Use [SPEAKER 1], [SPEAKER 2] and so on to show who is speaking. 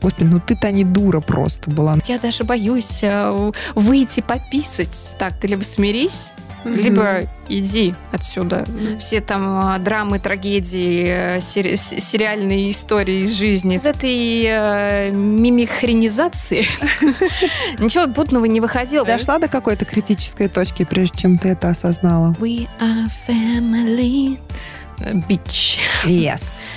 [SPEAKER 1] Господи, ну ты-то не дура просто была.
[SPEAKER 2] Я даже боюсь э, выйти пописать. Так, ты либо смирись, либо иди отсюда. Все там а, драмы, трагедии, э, сери- с- сериальные истории из жизни. Из этой э, мимихренизации ничего путного не выходило.
[SPEAKER 1] Дошла до какой-то критической точки, прежде чем ты это осознала?
[SPEAKER 2] Э, We are family. Бич.
[SPEAKER 1] Yes.